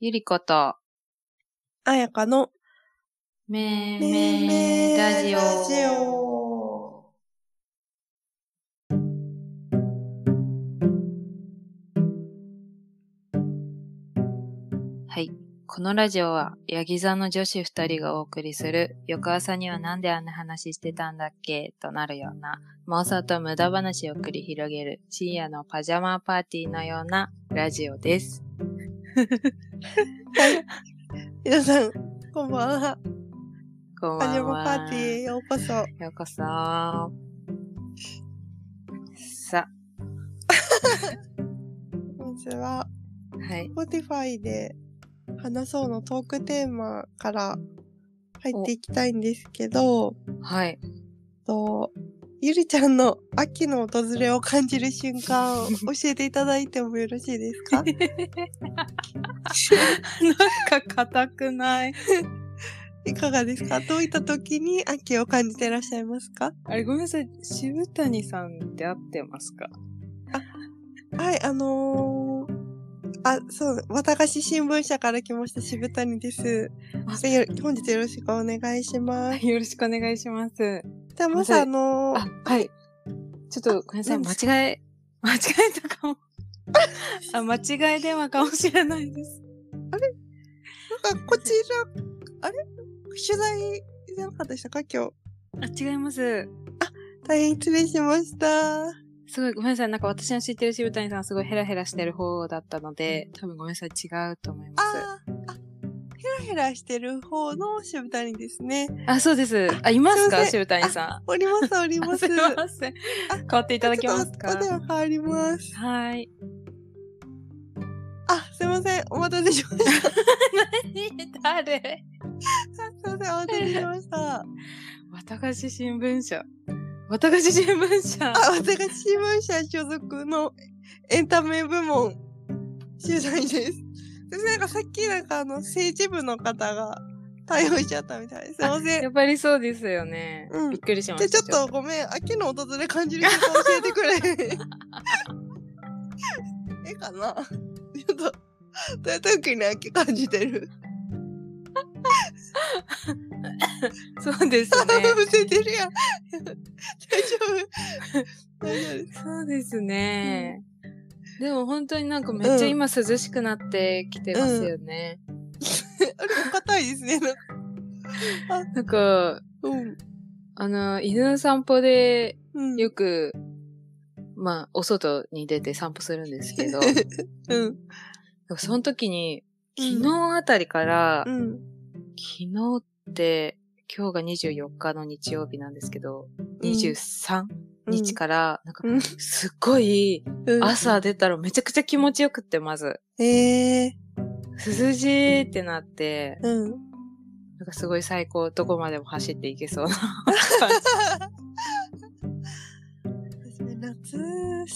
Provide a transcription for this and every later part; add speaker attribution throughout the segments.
Speaker 1: ゆりこと、
Speaker 2: あやかの、
Speaker 1: めーめーラジオ。
Speaker 2: オ。
Speaker 1: はい。このラジオは、ヤギ座の女子二人がお送りする、翌朝にはなんであんな話してたんだっけとなるような、妄想と無駄話を繰り広げる、深夜のパジャマパーティーのようなラジオです。
Speaker 2: 皆さん、こんばんは。
Speaker 1: こんば
Speaker 2: パジャ
Speaker 1: んは。
Speaker 2: マパーティーへようこそ。
Speaker 1: ようこそー。さ、
Speaker 2: まずは、
Speaker 1: はい。
Speaker 2: Spotify で話そうのトークテーマから入っていきたいんですけど、
Speaker 1: はい。
Speaker 2: とゆりちゃんの秋の訪れを感じる瞬間を教えていただいてもよろしいですか
Speaker 1: なんか硬くない。
Speaker 2: いかがですかどういった時に秋を感じていらっしゃいますか
Speaker 1: あれ、ごめんなさい。渋谷さんって合ってますか
Speaker 2: はい、あのー、あ、そう、私新聞社から来ました渋谷です。
Speaker 1: あ
Speaker 2: でよ本日よろしくお願いします。
Speaker 1: よろしくお願いします。
Speaker 2: じゃあまず
Speaker 1: まず
Speaker 2: あのー、
Speaker 1: あ、はい。ちょっと、ごめんなさい。
Speaker 2: 何で
Speaker 1: 間違え、 間違えたかも。あ、間違い電話かもしれないです。
Speaker 2: なんかこちら、あれ取材じゃなかったでしたか今日。
Speaker 1: あ、違います。
Speaker 2: 大変失礼しました。
Speaker 1: すごい、ごめんなさい。なんか私の知ってる渋谷さん、すごいヘラヘラしてる方だったので、多分ごめんなさい。違うと思います。
Speaker 2: あーあ、ヘラヘラしてる方の渋谷ですね。
Speaker 1: あそうです。あ、いますか
Speaker 2: すい
Speaker 1: 渋谷さん。
Speaker 2: おります、おり
Speaker 1: あ
Speaker 2: ます。
Speaker 1: すいません。
Speaker 2: あ
Speaker 1: 変わっていただけます
Speaker 2: ちょっとお
Speaker 1: か
Speaker 2: 電話変わります。
Speaker 1: はい。
Speaker 2: あ、すいません。お待たせしました。
Speaker 1: 誰
Speaker 2: すいません、お待たせしました。
Speaker 1: 私新聞社。私新聞社。
Speaker 2: あ、私が新聞社所属のエンタメ部門、取材です。そしてなんかさっきなんかあの政治部の方が対応しちゃったみたいです。すいません。
Speaker 1: やっぱりそうですよね。
Speaker 2: うん
Speaker 1: びっくりしま
Speaker 2: じゃあ
Speaker 1: し
Speaker 2: ち
Speaker 1: た。
Speaker 2: ょっとごめん、秋の訪れ感じる瞬間教えてくれ。ええかなちょっと、どういう時に秋感じてる
Speaker 1: と。そうです
Speaker 2: あ、
Speaker 1: ね。
Speaker 2: 伏せてるやん。大丈夫大丈夫です。
Speaker 1: そうですね。でも本当になんかめっちゃ今涼しくなってきてますよね。
Speaker 2: あれ、お硬いですね。なんか
Speaker 1: なんか、
Speaker 2: うん。
Speaker 1: あの、犬の散歩で
Speaker 2: うん。
Speaker 1: よく、まあ、お外に出て散歩するんです けど、
Speaker 2: うん。
Speaker 1: その時に、昨日あたりから、
Speaker 2: うん。
Speaker 1: 昨日って、今日が24日の日曜日なんですけど、23日から、なんか
Speaker 2: うん、
Speaker 1: すっごい、
Speaker 2: うん
Speaker 1: 朝出たらめちゃくちゃ気持ちよくって、まず。
Speaker 2: ええ
Speaker 1: 涼しいってなって、
Speaker 2: うん。
Speaker 1: なんかすごい最高、どこまでも走っていけそうな感
Speaker 2: 確かに夏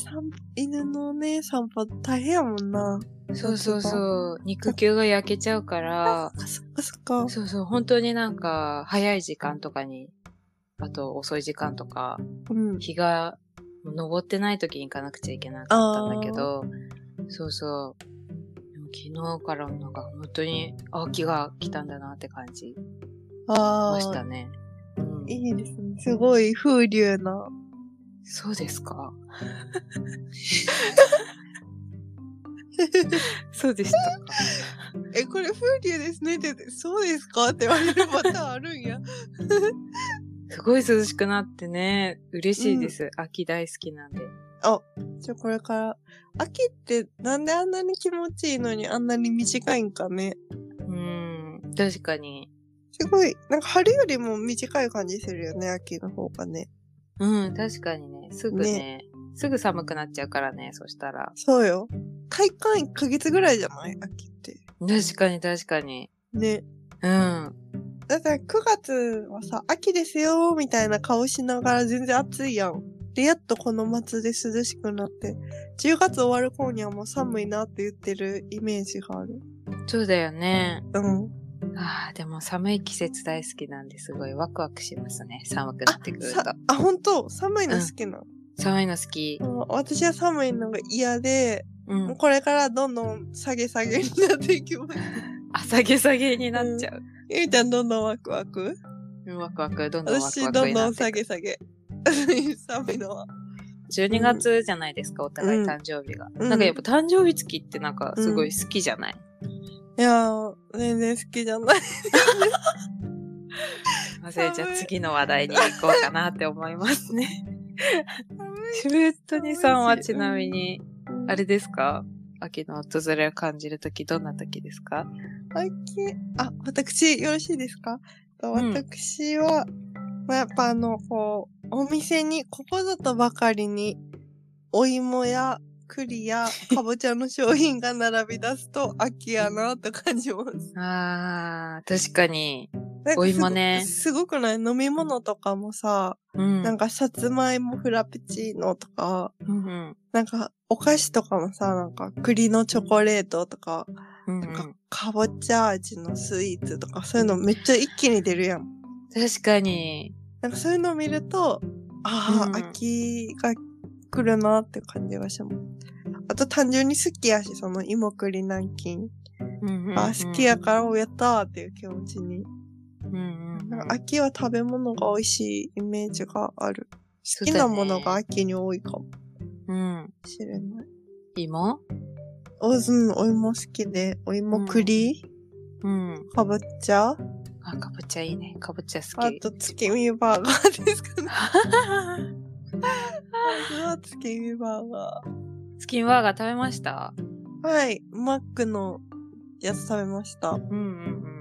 Speaker 2: 散歩犬のね散歩大変やもんな。
Speaker 1: じ。そうそうそう、肉球が焼けちゃうから、
Speaker 2: あそっかそっか。
Speaker 1: そうそう、本当になんか、早い時間とかに、あと遅い時間とか、
Speaker 2: うん。
Speaker 1: 日が昇ってない時に行かなくちゃいけなかったんだけど、そうそう。でも昨日からもなんか本当に秋が来たんだなって感じ
Speaker 2: あ
Speaker 1: ました
Speaker 2: あ。
Speaker 1: ね。うん、
Speaker 2: いいですね。すごい風流な。
Speaker 1: そうですか そうでしたか。
Speaker 2: え、これ風流ですねって言って、そうですかって言われる パターンあるんや。
Speaker 1: すごい涼しくなってね、嬉しいです。秋大好きなんで。
Speaker 2: じゃあこれから、秋ってなんであんなに気持ちいいのにあんなに短いんかね。
Speaker 1: うん、確かに。
Speaker 2: すごい、なんか春よりも短い感じするよね、秋の方がね。
Speaker 1: うん、確かにね。すぐね、
Speaker 2: ね
Speaker 1: すぐ寒くなっちゃうからね、そしたら。
Speaker 2: そうよ。開館1ヶ月ぐらいじゃない秋って。
Speaker 1: 確かに確かに。
Speaker 2: ね。
Speaker 1: うん。
Speaker 2: だって9月はさ、秋ですよーみたいな顔しながら全然暑いやん。で、やっとこの末で涼しくなって、10月終わる頃にはもう寒いなって言ってるイメージがある。
Speaker 1: そうだよね。
Speaker 2: うん。
Speaker 1: ああ、でも寒い季節大好きなんですごいワクワクしますね。寒くなってくると
Speaker 2: さ。、あ、ほんと寒いの好きなの、
Speaker 1: 寒いの好き。
Speaker 2: うん私は寒いのが嫌で、
Speaker 1: うう。
Speaker 2: もうんこれからどんどん下げ下げになってい きます。
Speaker 1: あさげさげになっちゃう。
Speaker 2: ゆみちゃんどんどんワクワク
Speaker 1: うんワクワク、どんどんワク
Speaker 2: 私
Speaker 1: ワ
Speaker 2: ど
Speaker 1: ク
Speaker 2: ん
Speaker 1: に
Speaker 2: ど
Speaker 1: なっ
Speaker 2: ん
Speaker 1: て
Speaker 2: 下
Speaker 1: いく。
Speaker 2: げ下げ。 寒いのは。
Speaker 1: 12月じゃないですか、お互い
Speaker 2: うん
Speaker 1: 誕生日が。
Speaker 2: うん
Speaker 1: なんかやっぱ誕生日付きってなんかすごい好きじゃない、
Speaker 2: いやー、全然好きじゃない。
Speaker 1: まあそれじゃあ
Speaker 2: 寒い
Speaker 1: 次の話題に行こうかなって思いますね。シュートニさんはちなみに、あれですか秋の訪れを感じるとき、どんなときですか
Speaker 2: 最近、あ、私、よろしいですかと
Speaker 1: うん
Speaker 2: 私は、まあ、やっぱあの、こう、お店に、ここぞとばかりに、お芋や 栗やかぼちゃの商品が並び出すと、秋やなと感じます。
Speaker 1: あー、確かに。
Speaker 2: なんかすご
Speaker 1: お芋ね
Speaker 2: すごくない飲み物とかもさ、
Speaker 1: うん。
Speaker 2: なんかさつまいもフラペチーノとか、
Speaker 1: うんうん
Speaker 2: なんかお菓子とかもさ、なんか栗のチョコレートとか、
Speaker 1: うんう
Speaker 2: なんか
Speaker 1: ん、
Speaker 2: かぼちゃ味のスイーツとか、そういうのめっちゃ一気に出るやん。
Speaker 1: 確かに。
Speaker 2: なんかそういうのを見ると、ああ、
Speaker 1: うん
Speaker 2: 秋が来るなって感じがします。あと単純に好きやし、その芋栗軟禁。
Speaker 1: うんうんうん
Speaker 2: あー好きやからおやったーっていう気持ちに。
Speaker 1: うんうんうん
Speaker 2: なんか秋は食べ物が美味しいイメージがある。好
Speaker 1: そう
Speaker 2: き
Speaker 1: だよ
Speaker 2: な
Speaker 1: ね
Speaker 2: ものが秋に多いかも
Speaker 1: うん。
Speaker 2: しれない。
Speaker 1: 芋
Speaker 2: おずん、お芋好きで、お芋栗、
Speaker 1: うん。
Speaker 2: かぼちゃ、
Speaker 1: あ、かぼちゃいいね。かぼちゃ好
Speaker 2: あ
Speaker 1: き。
Speaker 2: と月見バーガーですかね。 私は月見バーガー。
Speaker 1: チキンバーガー食べました
Speaker 2: はい、マックのやつ食べました。
Speaker 1: うんうん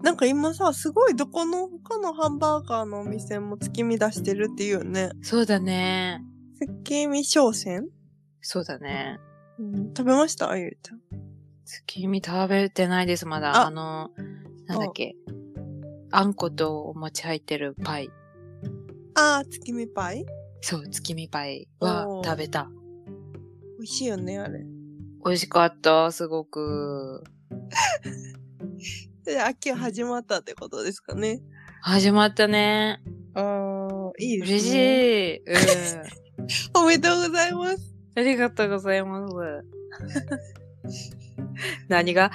Speaker 2: なんか今さ、すごいどこの他のハンバーガーのお店も月見出してるっていうよね。
Speaker 1: うん。そうだね。
Speaker 2: 月見商戦、
Speaker 1: そうだね。
Speaker 2: うん、食べましたあゆりちゃん。
Speaker 1: 月見食べてないです、まだ。
Speaker 2: あ
Speaker 1: あの、なんだっけ。あんことお餅入ってるパイ。
Speaker 2: あー、月見パイ
Speaker 1: そう、月見パイは
Speaker 2: おー
Speaker 1: 食べた。
Speaker 2: 美味しいよね、あれ。
Speaker 1: 美味しかった、すごく。
Speaker 2: で、秋は始まったってことですかね。
Speaker 1: 始まったね。
Speaker 2: あー、いいですね。
Speaker 1: 嬉しい。
Speaker 2: い。
Speaker 1: うん。
Speaker 2: おめでとうございます。
Speaker 1: ありがとうございます。何 が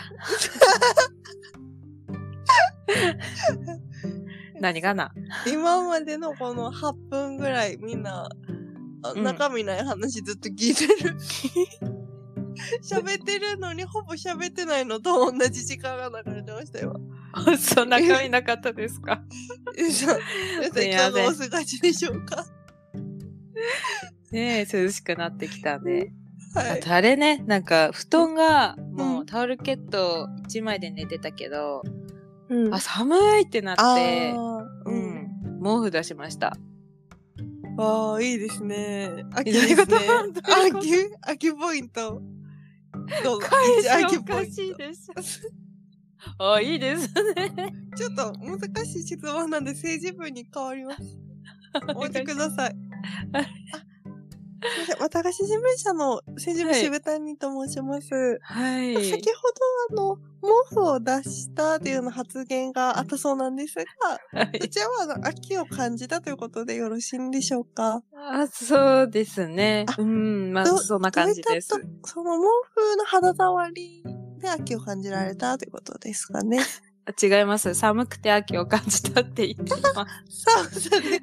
Speaker 1: 何がな
Speaker 2: 今までのこの8分ぐらいみんな、あ
Speaker 1: うん
Speaker 2: 中身ない話ずっと聞いて る。喋ってるのにほぼ喋ってないのと同じ時間が流れてましたよ。
Speaker 1: そんな中身なかったですか
Speaker 2: 皆さん、皆さんいかがお過ごしでしょうか
Speaker 1: ねえ、涼しくなってきたんで。
Speaker 2: は
Speaker 1: あ
Speaker 2: い。
Speaker 1: とあれね、なんか布団がもうタオルケット1枚で寝てたけど、
Speaker 2: うん
Speaker 1: あ、寒いってな
Speaker 2: あ
Speaker 1: って、
Speaker 2: ー、
Speaker 1: う
Speaker 2: うん。
Speaker 1: ん、毛布出しました。
Speaker 2: ああ、いいですね。秋
Speaker 1: い
Speaker 2: で
Speaker 1: や
Speaker 2: すね
Speaker 1: どういうこと。
Speaker 2: 秋秋ポイント。どうぞ。
Speaker 1: 返
Speaker 2: 一
Speaker 1: し
Speaker 2: 秋
Speaker 1: お
Speaker 2: ポ
Speaker 1: か
Speaker 2: イント
Speaker 1: しいでしょ。 あ、いいです ね。
Speaker 2: ちょっと難しい質問なんで政治部に変わります。お待ちください。あ
Speaker 1: は
Speaker 2: すいません私新聞社の政治部
Speaker 1: はい
Speaker 2: 渋谷と申します。
Speaker 1: はい。
Speaker 2: 先ほどあの、毛布を出したというような発言があったそうなんですが、
Speaker 1: はい
Speaker 2: そちらはあの秋を感じたということでよろしいんでしょうか
Speaker 1: あ、そうですね。うん、まあ、
Speaker 2: ど
Speaker 1: そんな感じです
Speaker 2: どう。いったとその毛布の肌触りで秋を感じられたということですか ね。
Speaker 1: 違います。寒くて秋を感じたって言ってます。
Speaker 2: そう ですね。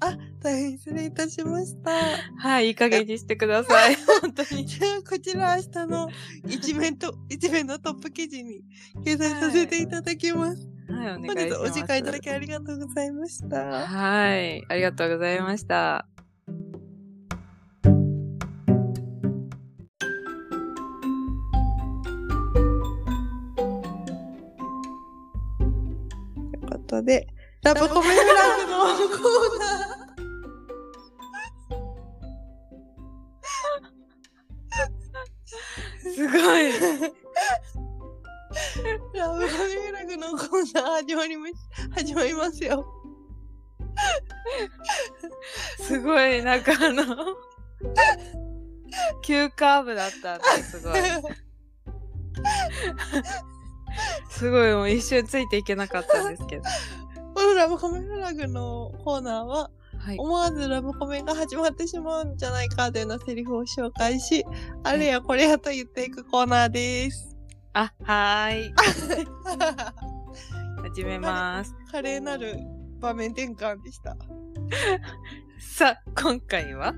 Speaker 2: あ、大変失礼いたしました。
Speaker 1: はい、いい加減にしてください。本当に。
Speaker 2: じゃあ、こちら明日 の一面と、一面のトップ記事に掲載させていただきます。
Speaker 1: はい、お願い
Speaker 2: 本
Speaker 1: し
Speaker 2: 日
Speaker 1: ます。
Speaker 2: お時間いただきありがとうございました。
Speaker 1: はい、ありがとうございました。
Speaker 2: ということで、ラブコメフラグのコーナー。
Speaker 1: すご い。
Speaker 2: ラブラミラグのコーナー始まりまし、始まりますよ。
Speaker 1: すごい、なんかあの、急カーブだったんで、すごい。すごい、もう一瞬ついていけなかったんですけど。
Speaker 2: このラブコメフラグのコーナーは、
Speaker 1: はい。
Speaker 2: 思わずラブコメが始まってしまうんじゃないかというようなセリフを紹介し、あれやこれやと言っていくコーナーです。
Speaker 1: あ、はーい。始めます。
Speaker 2: 華麗なる場面転換でした。
Speaker 1: さあ、今回は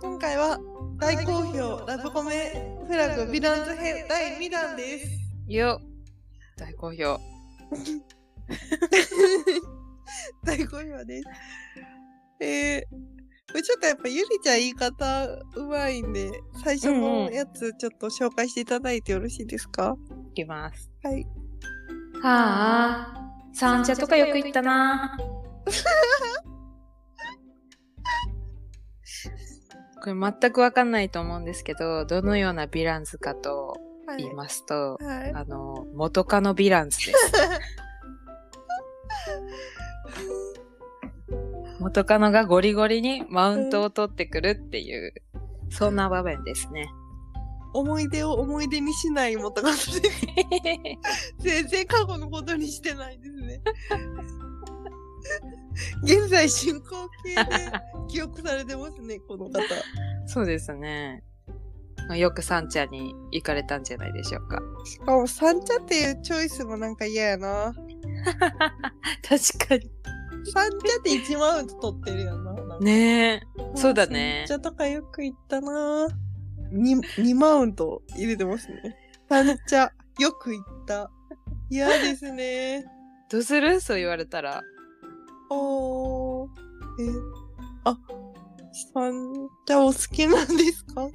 Speaker 2: 今回は大好評ラブコメフラグヴィランズ編第2弾です。
Speaker 1: よ大好評。
Speaker 2: 大好評です。えー、これちょっとやっぱゆりちゃん言い方うまいんで、最初
Speaker 1: うん
Speaker 2: の
Speaker 1: うん
Speaker 2: やつちょっと紹介していただいてよろしいですか、
Speaker 1: いきます。
Speaker 2: はい。
Speaker 1: はあ、三茶とかよく行ったな。 これ全くわかんないと思うんですけど、どのようなヴィランズかと
Speaker 2: はい
Speaker 1: 言い。ますと、
Speaker 2: はい。
Speaker 1: あの、元カノヴィランズ です。元カノがゴリゴリにマウントを取ってくるっていう、そんな場面です ね。
Speaker 2: 思い出を思い出にしない元カノで、 全然過去のことにしてないです ね。現在進行形で記憶されてますね、この方。
Speaker 1: そうですね。よく三茶に行かれたんじゃないでしょうか。
Speaker 2: しかも、三茶っていうチョイスもなんか嫌やな。
Speaker 1: 確かに。
Speaker 2: 三茶って1マウント取ってるやんな。なんか
Speaker 1: ねえ。そうだね
Speaker 2: 抹茶とかよく行ったなぁ。2、2マウント入れてますね。抹茶、よく行った。嫌ですね。
Speaker 1: どうするそう言われた ら。
Speaker 2: おー。え、あ、三茶お好きなんですか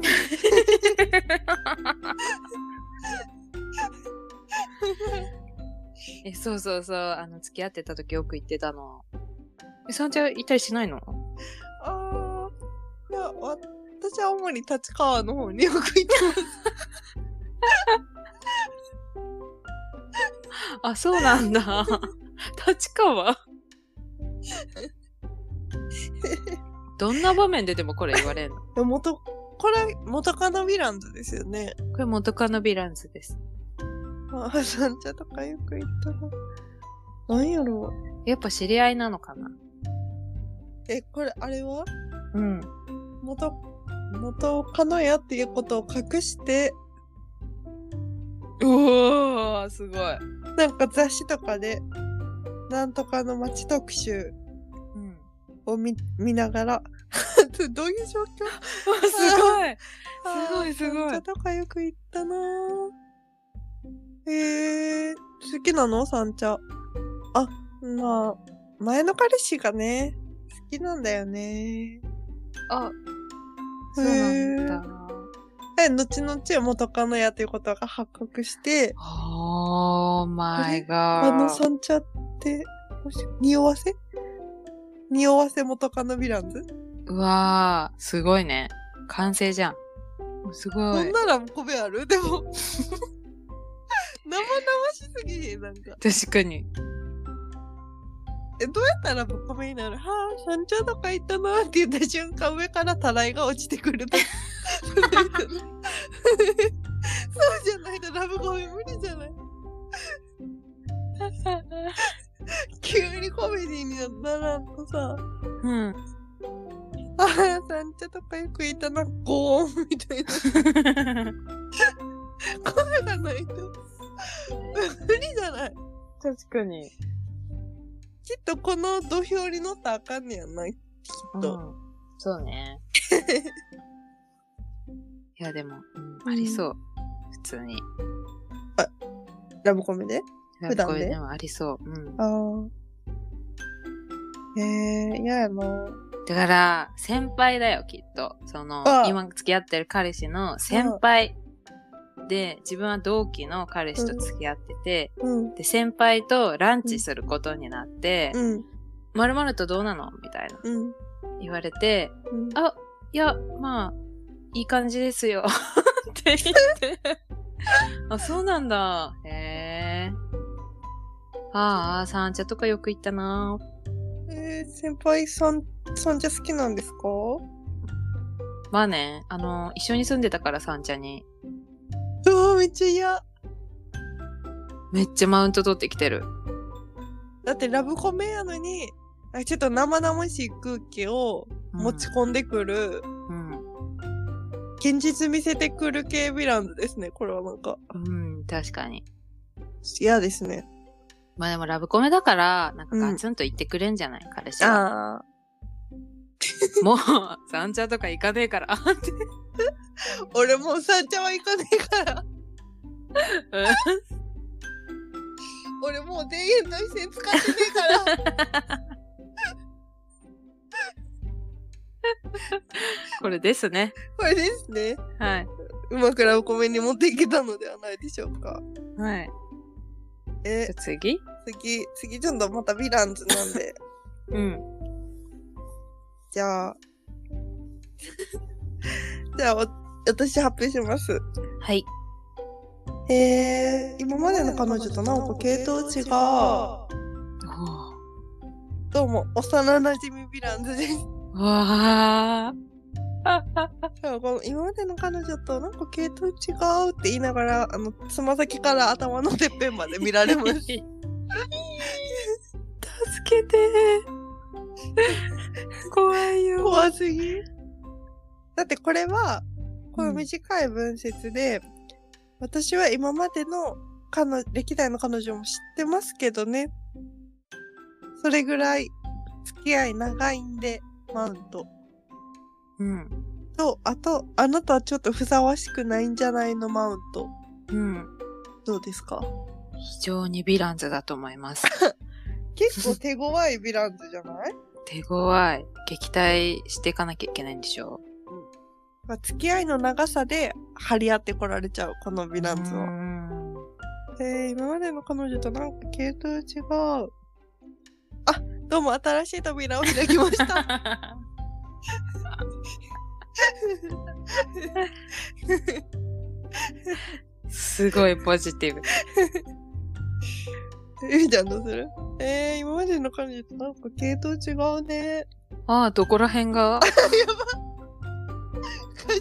Speaker 1: え、そうそうそう。あの、付き合ってた時よく行ってたの。え、三茶行ったりしないの
Speaker 2: あー。いや、私は主に立川の方によく行って
Speaker 1: あ、そうなん だ。立 川どんな場面ででもこれ言われんの
Speaker 2: ます。元、これ、元カノヴィランズですよね。
Speaker 1: これ元カノヴィランズです。
Speaker 2: あー、三茶とかよく行ったな。なんやろう。
Speaker 1: やっぱ知り合いなのかな
Speaker 2: え、これ、あれは
Speaker 1: うん。
Speaker 2: 元、元カノやっていうことを隠して、
Speaker 1: うおー、すごい。
Speaker 2: なんか雑誌とかで、なんとかの街特集
Speaker 1: うん。
Speaker 2: を見、見ながら、 どういう状況
Speaker 1: すごい すごい
Speaker 2: あー
Speaker 1: すごい
Speaker 2: 三茶とかよく行ったなぁ。えー、好きなの三茶。あ、まあ、前の彼氏がね、好きなんだよね。
Speaker 1: あ、そうなん
Speaker 2: へ
Speaker 1: だ
Speaker 2: ー。で、後々元カノやということが発覚して、
Speaker 1: おー、マイガ
Speaker 2: あ
Speaker 1: ー。
Speaker 2: の三茶って、もし、匂わせ匂わせ元カノヴィランズ
Speaker 1: うわー、すごいね。完成じゃん。すご
Speaker 2: そ
Speaker 1: い
Speaker 2: ん。ならコメある でも。生々しすぎへん、なんか。やっ
Speaker 1: 確かに。
Speaker 2: たらコメになる。はぁ、三茶とか行ったなーって言った瞬間、上からたらいが落ちてくると。そうじゃないとラブコメ無理じゃない急にコメディにならんとさ、
Speaker 1: うん。
Speaker 2: あー三茶とかよく行ったな、ゴーンみたいな。声がないと無理じゃない
Speaker 1: 確かに。
Speaker 2: きっとこの土俵に乗ったらあかんねやないきっ
Speaker 1: う
Speaker 2: と、
Speaker 1: ん、そう ね。いや、でも、うんありそう。普通に。
Speaker 2: ラブコメで普段で
Speaker 1: これでもありそう。うん。
Speaker 2: ああえー、嫌ややな
Speaker 1: だから、先輩だよ、きっと。その
Speaker 2: あ、
Speaker 1: 今付き合ってる彼氏の先輩で、自分は同期の彼氏と付き合ってて、
Speaker 2: うん
Speaker 1: で、先輩とランチすることになって、
Speaker 2: うん
Speaker 1: まるまるとどうなのみたいな
Speaker 2: うん
Speaker 1: 言われて、
Speaker 2: うん
Speaker 1: あ、いや、まあ、いい感じですよ。 って言って。あ、そうなんだ。へえ。ああ、三茶とかよく行ったな。
Speaker 2: えー、先輩さんさんじゃ好きなんですか
Speaker 1: まあね、あの、一緒に住んでたから三茶に。
Speaker 2: うわめっちゃ嫌
Speaker 1: めっちゃマウント取ってきてる。
Speaker 2: だってラブコメやのにあちょっと生々しい空気を持ち込んでくる、
Speaker 1: うん、
Speaker 2: 現実見せてくる系ヴィランズですね。これはなんか、
Speaker 1: うん、確かに。
Speaker 2: 嫌ですね。
Speaker 1: まあでもラブコメだから、なんか
Speaker 2: うん
Speaker 1: ガツンと言ってくれんじゃない、彼氏は。
Speaker 2: あ
Speaker 1: もう、三茶とか行かねえから、あんって。
Speaker 2: あ、俺もう三茶は行かねえから、俺もう田園の一線使ってね えから、
Speaker 1: これですね。
Speaker 2: これですね。
Speaker 1: はい。
Speaker 2: うまくラブコメに持っていけたのではないでしょうか。
Speaker 1: はい。
Speaker 2: え
Speaker 1: じゃあ、次
Speaker 2: 次、次ちょっとまたヴィランズなん で。
Speaker 1: うん。
Speaker 2: じゃあ、 じゃあ、お私発表します。
Speaker 1: はい。
Speaker 2: えー、今までの彼女となんか系統違う。どうも、幼馴染みヴィランズ です。
Speaker 1: わあ。
Speaker 2: そうこの今までの彼女となんか系統違うって言いながら、あの、つま先から頭のてっぺんまで見られます。
Speaker 1: 助け て怖いよ。
Speaker 2: 怖すぎ。だってこれは、この短い文節で、私は今までの彼女、歴代の彼女も知ってますけどね。それぐらい付き合い長いんで、マウント。
Speaker 1: うん。
Speaker 2: と、あと、あなたはちょっとふさわしくないんじゃないの、マウント。
Speaker 1: うん。
Speaker 2: どうですか
Speaker 1: 非常にヴィランズだと思い ます。
Speaker 2: 結構手強いヴィランズじゃない
Speaker 1: 手強い。撃退していかなきゃいけないんでしょ
Speaker 2: まあ、付き合いの長さで張り合ってこられちゃう、このヴ
Speaker 1: う。
Speaker 2: ィランズ
Speaker 1: う
Speaker 2: は。
Speaker 1: ん
Speaker 2: えー、今までの彼女となんか系統違う。あ、どうも新しい扉を開きま した。
Speaker 1: すごいポジティブ。
Speaker 2: ゆいちゃんどうするえー、今までの彼女となんか系統違う ね。
Speaker 1: ああ、どこら辺が
Speaker 2: ガ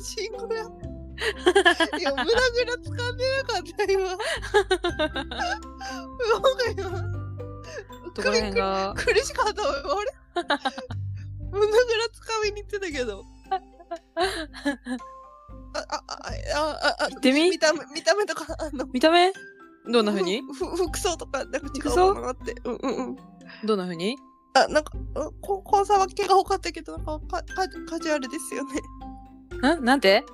Speaker 2: チンコだ。いや、胸ぐら掴んでなかった、今。 うわ今
Speaker 1: どこら辺が
Speaker 2: 苦しかったわ、今あれ胸ぐら掴みに行ってたけど。あ、あ、あ、あ、あ、あ、
Speaker 1: 行ってみ
Speaker 2: 見た目、見た目とか、あの、
Speaker 1: 見た目どんな風に
Speaker 2: ふふ服装とかなんか違
Speaker 1: 服
Speaker 2: う
Speaker 1: 装
Speaker 2: かなって。うんうんうん。
Speaker 1: どんな風に
Speaker 2: あ、なんか、うんこ交差は毛が多かったけど、なんかカカジカジュアルですよね。
Speaker 1: んなんて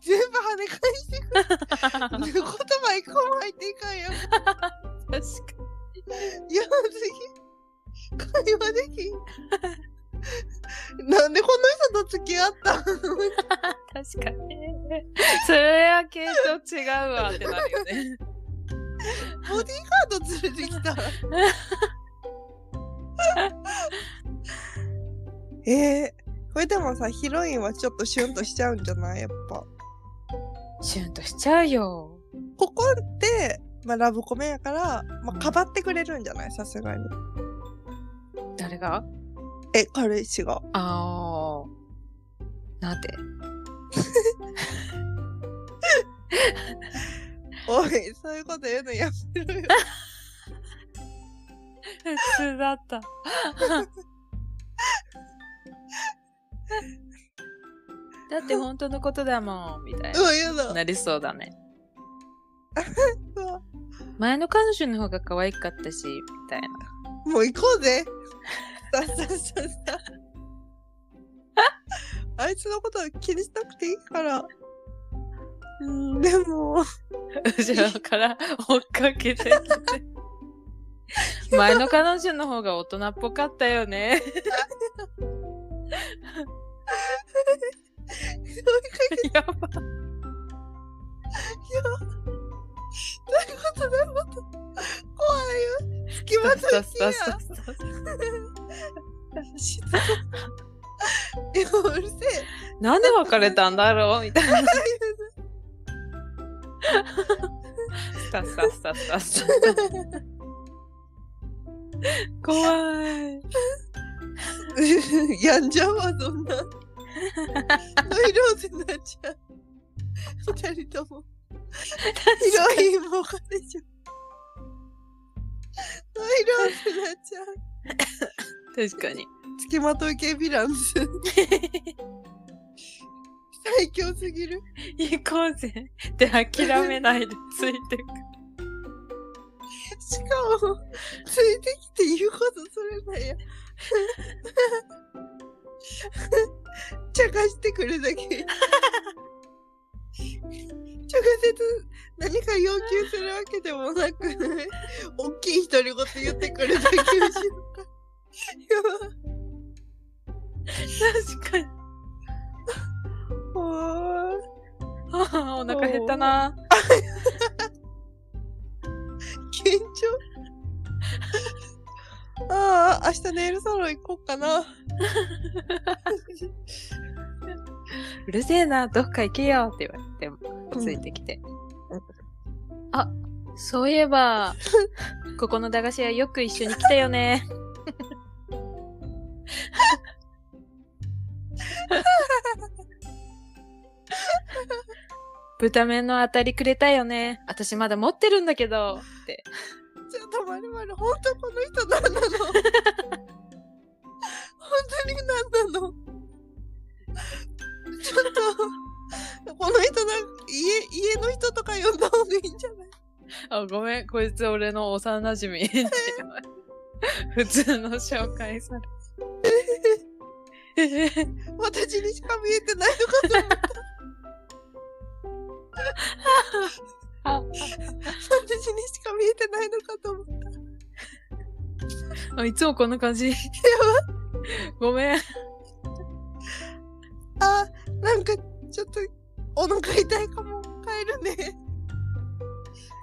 Speaker 2: 全部跳ね返してくる。言葉一個も入っていかんよ。
Speaker 1: 確か
Speaker 2: やばすぎ。会話でき ん。なんでこの人と付き合ったん
Speaker 1: 確かに。それは系統違うわってなるよね。
Speaker 2: ボディーガード連れてきた。 えー、これでもさ、ヒロインはちょっとシュンとしちゃうんじゃないやっぱ。
Speaker 1: シュンとしちゃうよ。
Speaker 2: ここで、まあ、ラブコメやから、まあ、かばってくれるんじゃないさすがに。
Speaker 1: 誰が
Speaker 2: え、彼氏が。
Speaker 1: ああ。なんて
Speaker 2: おい、そういうこと言うのやめ ろよ。
Speaker 1: 普通だった。だって本当のことだもん、みたいな。
Speaker 2: うん、やだ。
Speaker 1: なりそうだね。
Speaker 2: う
Speaker 1: 前の彼女の方が可愛かったし、みたいな。
Speaker 2: んもう行こうぜ。ささささ。 あいつのことは気にしなくていいから。うん、でも、
Speaker 1: 後ろから追っかけてきて。前の彼女の方が大人っぽかったよね。 やば。
Speaker 2: そういうこと、そういうこと。怖いよ。隙間つき や。静かいや、うるせえ。
Speaker 1: なんで別れたんだろうみたいな。スタスタスタスタスタ。怖い。
Speaker 2: やんじゃうわ、そんな。ノイローゼになっちゃう。二人とも。ヒロインもおかしいじゃん。イランスなちゃん。
Speaker 1: 確かに。
Speaker 2: つきまとい系ヴィランズ。最強すぎる。
Speaker 1: 行こうぜ。で、諦めないでついてく。
Speaker 2: しかも、ついてきて言うことそれなんや。茶化してくるだけ。直接何か要求するわけでもなく、大きい独り言言ってくるだけ後ろから。いや
Speaker 1: 確かに。
Speaker 2: もう
Speaker 1: ああ、お腹減ったな。
Speaker 2: 緊張ああ、明日ネイルサロン行こうかな。
Speaker 1: うるせえな、どっか行けよって言われても、ついてきて。あ、そういえば、ここの駄菓子屋よく一緒に来たよね。豚麺の当たりくれたよね。私まだ持ってるんだけど、って。
Speaker 2: ちょっとまるまる、本当この人何なの本当に何なのちょっと、この人なんか家、家の人とか呼んだ方がいいんじゃない
Speaker 1: あ、ごめん、こいつ俺の幼馴染み。って普通の紹介さ れ。
Speaker 2: 私にしか見えてないのかと思った。
Speaker 1: あ
Speaker 2: 私にしか見えてないのかと思った。
Speaker 1: あいつもこんな感じ。ごめん。
Speaker 2: あ、なんか、ちょっと、お腹痛いかも。帰る ね。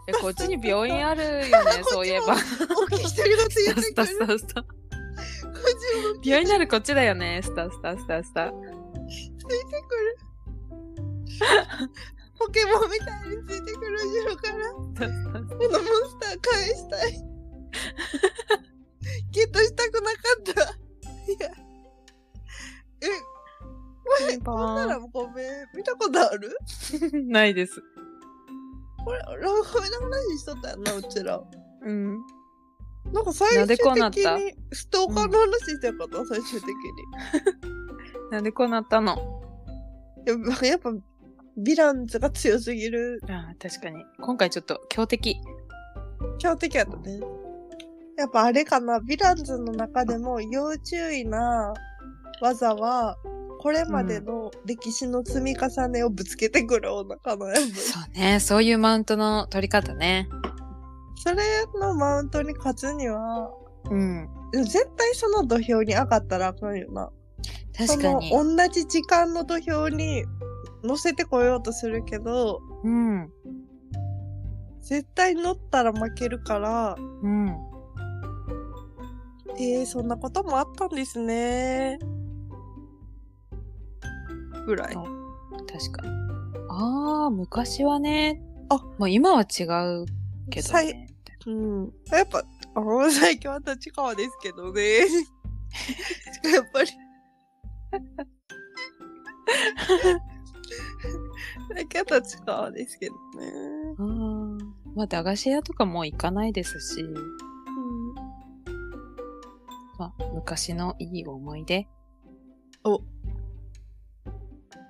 Speaker 1: えこっちに病院あるよね、そういえば。ス
Speaker 2: 大きい一人ごと言
Speaker 1: タ
Speaker 2: って
Speaker 1: ス
Speaker 2: く
Speaker 1: タ
Speaker 2: る。
Speaker 1: スタスタ。
Speaker 2: こっちも
Speaker 1: 病院なるこっちだよね、スタスタスタスタ。
Speaker 2: ついてくる。ポケモンみたいについてくる後ろから。
Speaker 1: スタスタス
Speaker 2: このモンスター返し たい。ゲットしたくなかった。いや。え、
Speaker 1: タピンポ
Speaker 2: こんな
Speaker 1: ー
Speaker 2: らごめん。見たことある
Speaker 1: ンないです。
Speaker 2: これ、ラブコメの話しとったよな、うちら。
Speaker 1: うん。
Speaker 2: なんか最
Speaker 1: なんで
Speaker 2: 終
Speaker 1: こうなっ
Speaker 2: 的
Speaker 1: た
Speaker 2: に、ストーカーの話してなかった、最終的に。
Speaker 1: なんでこうなったの
Speaker 2: やっぱ、やっぱ、ヴィランズが強すぎる。
Speaker 1: あ確かに。今回ちょっと強敵。
Speaker 2: 強敵やったね。やっぱあれかな、ヴィランズの中でも要注意な技は、これまでの歴史の積み重ねをぶつけてくる女かな、やっぱり
Speaker 1: そうね、そういうマウントの取り方ね。
Speaker 2: それのマウントに勝つには、
Speaker 1: うん。
Speaker 2: 絶対その土俵に上がったらあかんよな。
Speaker 1: 確かに。
Speaker 2: その同じ時間の土俵に乗せてこようとするけど、
Speaker 1: うん。う
Speaker 2: 絶対乗ったら負けるから、
Speaker 1: ん。
Speaker 2: えー、そんなこともあったんですね。ぐらい。
Speaker 1: 確かに。ああ、昔はね。
Speaker 2: あ、
Speaker 1: もう今は違うけど
Speaker 2: さい
Speaker 1: ね。
Speaker 2: うん。やっぱ、あの最近は立川ですけどね。やっぱり。最近は立川ですけどね。
Speaker 1: あーまあ、駄菓子屋とかもう行かないですし、
Speaker 2: うん、
Speaker 1: まあ、昔のいい思い出。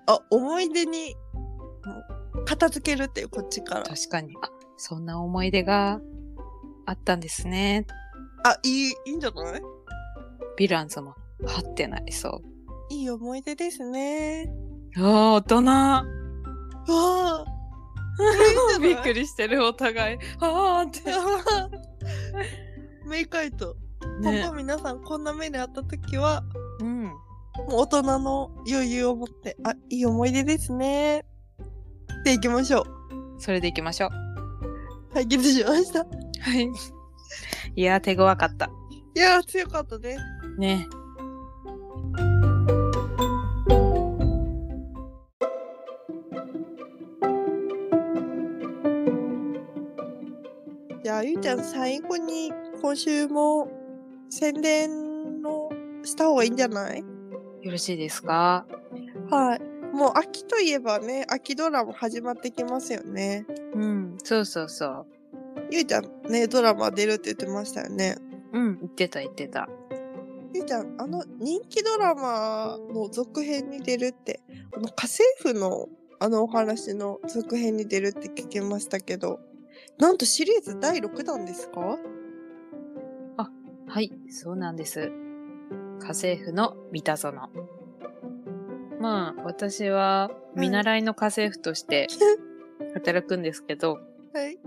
Speaker 2: あ、思い出に、もう片付けるっていう、こっ ちから。
Speaker 1: 確かに、あ、そんな思い出があったんですね。
Speaker 2: あ、いい、いいんじゃない
Speaker 1: ヴィランズも、はってなりそ
Speaker 2: いい思い出ですね。
Speaker 1: う。ああ、大人
Speaker 2: わあ。 いいんじ
Speaker 1: び
Speaker 2: ゃ
Speaker 1: っ
Speaker 2: な
Speaker 1: く
Speaker 2: い
Speaker 1: りしてる、お互い。ああって。
Speaker 2: 明快と。今
Speaker 1: ね
Speaker 2: 後。皆さんこんな目にあった時は、
Speaker 1: うん。
Speaker 2: もう大人の余裕を持って、あ、いい思い出ですね。で、行きましょう。
Speaker 1: それで行きましょう。
Speaker 2: 解決しました。
Speaker 1: はい。いやー、手強かった。
Speaker 2: いやー、強かったね。
Speaker 1: ね。
Speaker 2: じゃあ、ゆうちゃん最後に、今週も宣伝のした方がいいんじゃない
Speaker 1: よろしいですか
Speaker 2: はい。もう秋といえばね、秋ドラマ始まってきますよね。
Speaker 1: うん。そうそうそう。
Speaker 2: ゆいちゃんね、ドラマ出るって言ってましたよね。
Speaker 1: うん、言ってた言ってた。
Speaker 2: ゆいちゃん、あの人気ドラマの続編に出るって、あの家政婦のあのお話の続編に出るって聞きましたけど、なんとシリーズ第6弾ですか
Speaker 1: はい、そうなんです。家政婦の三田園。まあ、私は見習いの家政婦として働くんですけど、
Speaker 2: はい。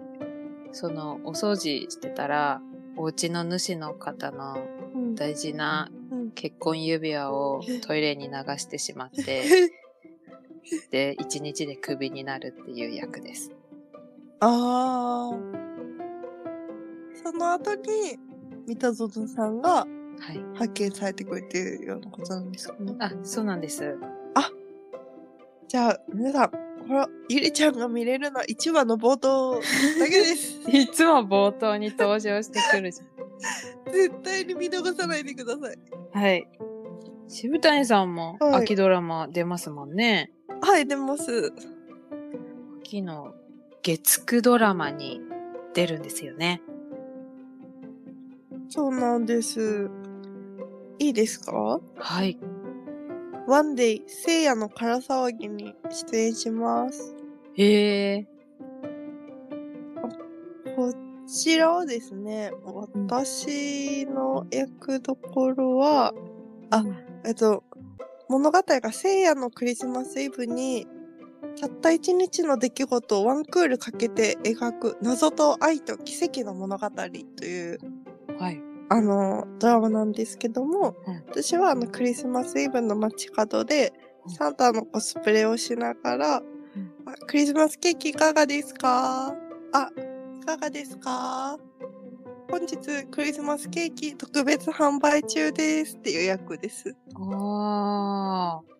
Speaker 1: その、お掃除してたら、お家の主の方の
Speaker 2: うん
Speaker 1: 大事な
Speaker 2: うん
Speaker 1: 結婚指輪をトイレに流してしま って、で、一日でクビになるっていう役です。
Speaker 2: あー。その後に、三田園さんが
Speaker 1: はい。
Speaker 2: 発見されてくれてるようなことなんですかね。
Speaker 1: あ、そうなんです。
Speaker 2: じゃあ、皆さん、これ、ゆりちゃんが見れるのは1話の冒頭だけです。
Speaker 1: いつも冒頭に登場してくるじ
Speaker 2: 絶対に見逃さないでください。
Speaker 1: ゃん。はい。渋谷さんも
Speaker 2: はい
Speaker 1: 秋ドラマ出ますもんね。
Speaker 2: はい、出ます。
Speaker 1: 秋の月9ドラマに出るんですよね。
Speaker 2: そうなんです。いいですか
Speaker 1: はい。
Speaker 2: ワンデイ、聖夜の空騒ぎに出演します。
Speaker 1: へえ。
Speaker 2: こちらはですね、私の役どころは、あえっと、物語が聖夜のクリスマスイブに、たった一日の出来事をワンクールかけて描く謎と愛と奇跡の物語という、
Speaker 1: はい。
Speaker 2: あの、ドラマなんですけども、
Speaker 1: うん
Speaker 2: 私はあの、クリスマスイブの街角で
Speaker 1: う、ん
Speaker 2: サンタのコスプレをしながら、
Speaker 1: ん
Speaker 2: あクリスマスケーキいかがですかあ、いかがですか本日クリスマスケーキ特別販売中ですっていう役です。
Speaker 1: あー。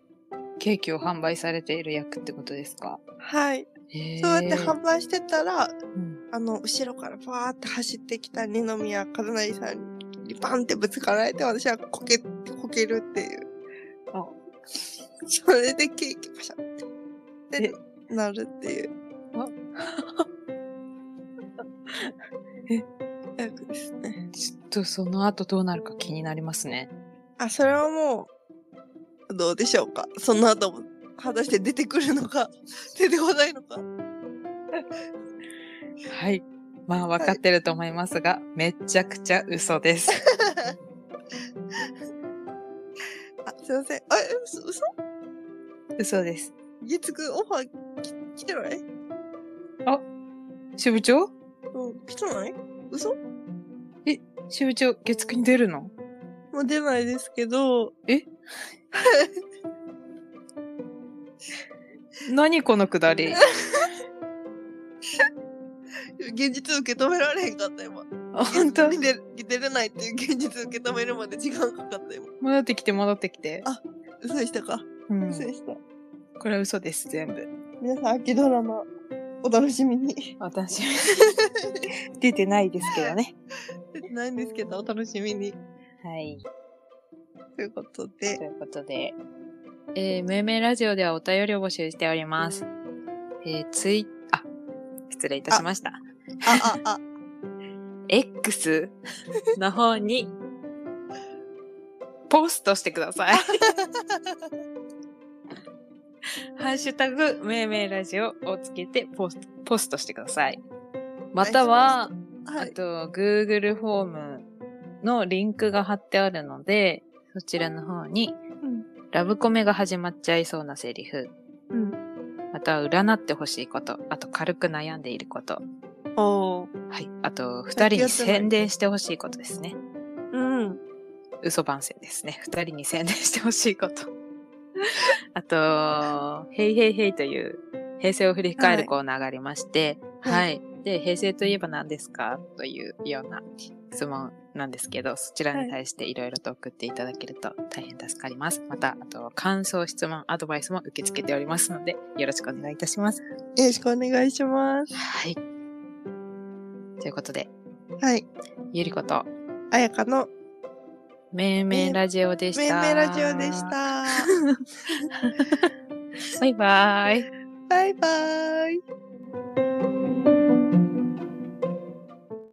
Speaker 1: ケーキを販売されている役ってことですか
Speaker 2: はい。
Speaker 1: へえ。
Speaker 2: そうやって販売してたら、
Speaker 1: うん
Speaker 2: あの、後ろからバーって走ってきた二宮和也さんにバンってぶつかられて、私はこけ、こけるっていう。
Speaker 1: あ
Speaker 2: それでケーキパシャって。で、なるっていう。
Speaker 1: あ
Speaker 2: え役ですね。
Speaker 1: ちょっとその後どうなるか気になりますね。
Speaker 2: あ、それはもう、どうでしょうか。その後も、果たして出てくるのか、 出てこないのか。
Speaker 1: はい。まあ、わかってると思いますが、めちゃくちゃ嘘 です。
Speaker 2: あ、すいません。あ、え、嘘嘘
Speaker 1: 嘘です。
Speaker 2: 月9オファーき来てない
Speaker 1: 支部長
Speaker 2: うん、来てない嘘
Speaker 1: 支部長、月9に出るの
Speaker 2: もう出ないですけど、
Speaker 1: 何このくだり。
Speaker 2: 現実受け止められへんかった今。
Speaker 1: あ本当
Speaker 2: 現実に出る出れないっていう現実受け止めるまで時間かかった今。
Speaker 1: 戻ってきて戻ってきて。
Speaker 2: 嘘でしたか、
Speaker 1: うん
Speaker 2: 嘘でした。
Speaker 1: これは嘘です、全部。
Speaker 2: 皆さん、秋ドラマ、お楽しみに。
Speaker 1: 私、出てないですけどね。
Speaker 2: 出て ないんですけど、お楽しみに。
Speaker 1: はい。
Speaker 2: ということで
Speaker 1: と、いうことで、えー、めめラジオではお便りを募集しております。えー、ツイあ、失礼いたしました。
Speaker 2: あ、 あ、あ、
Speaker 1: X の方に、ポストしてくだ さい。ハッシュタグ、めいめいラジオをつけてポスポストしてください。または、
Speaker 2: は
Speaker 1: あ
Speaker 2: い。
Speaker 1: と、Google フォームのリンクが貼ってあるので、そちらの方に、
Speaker 2: うん
Speaker 1: ラブコメが始まっちゃいそうなセリフ、
Speaker 2: うん。
Speaker 1: または占ってほしいこと、あと軽く悩んでいること、
Speaker 2: おー。
Speaker 1: はい。あと、二人に宣伝してほしいことですね。
Speaker 2: うん。
Speaker 1: 嘘番宣ですね。二人に宣伝してほしいこと。 あと、ヘイヘイヘイという平成を振り返るコーナーがありまして、
Speaker 2: はい
Speaker 1: はい。で、平成といえば何ですかというような質問なんですけど、そちらに対していろいろと送っていただけると大変助かります。また、あと、感想、質問、アドバイスも受け付けておりますので、よろしくお願いいたします。
Speaker 2: よろしくお願いします。
Speaker 1: はい。ということで、
Speaker 2: はい。
Speaker 1: ゆりこと、
Speaker 2: あやかの、
Speaker 1: めいめいラジオでした。
Speaker 2: めいめいラジオでし。た。
Speaker 1: バイバーイ。
Speaker 2: バイバーイ。